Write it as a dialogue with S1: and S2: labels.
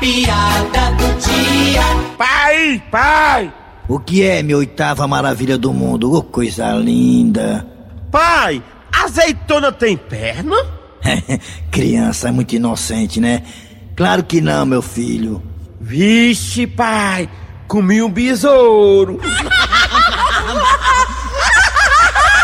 S1: piada do dia.
S2: Pai, pai,
S3: O que é, minha oitava maravilha do mundo? Ô, coisa linda!
S2: pai, azeitona tem perna?
S3: Criança é muito inocente, né? Claro que não, meu filho.
S2: Vixe, pai, comi um besouro.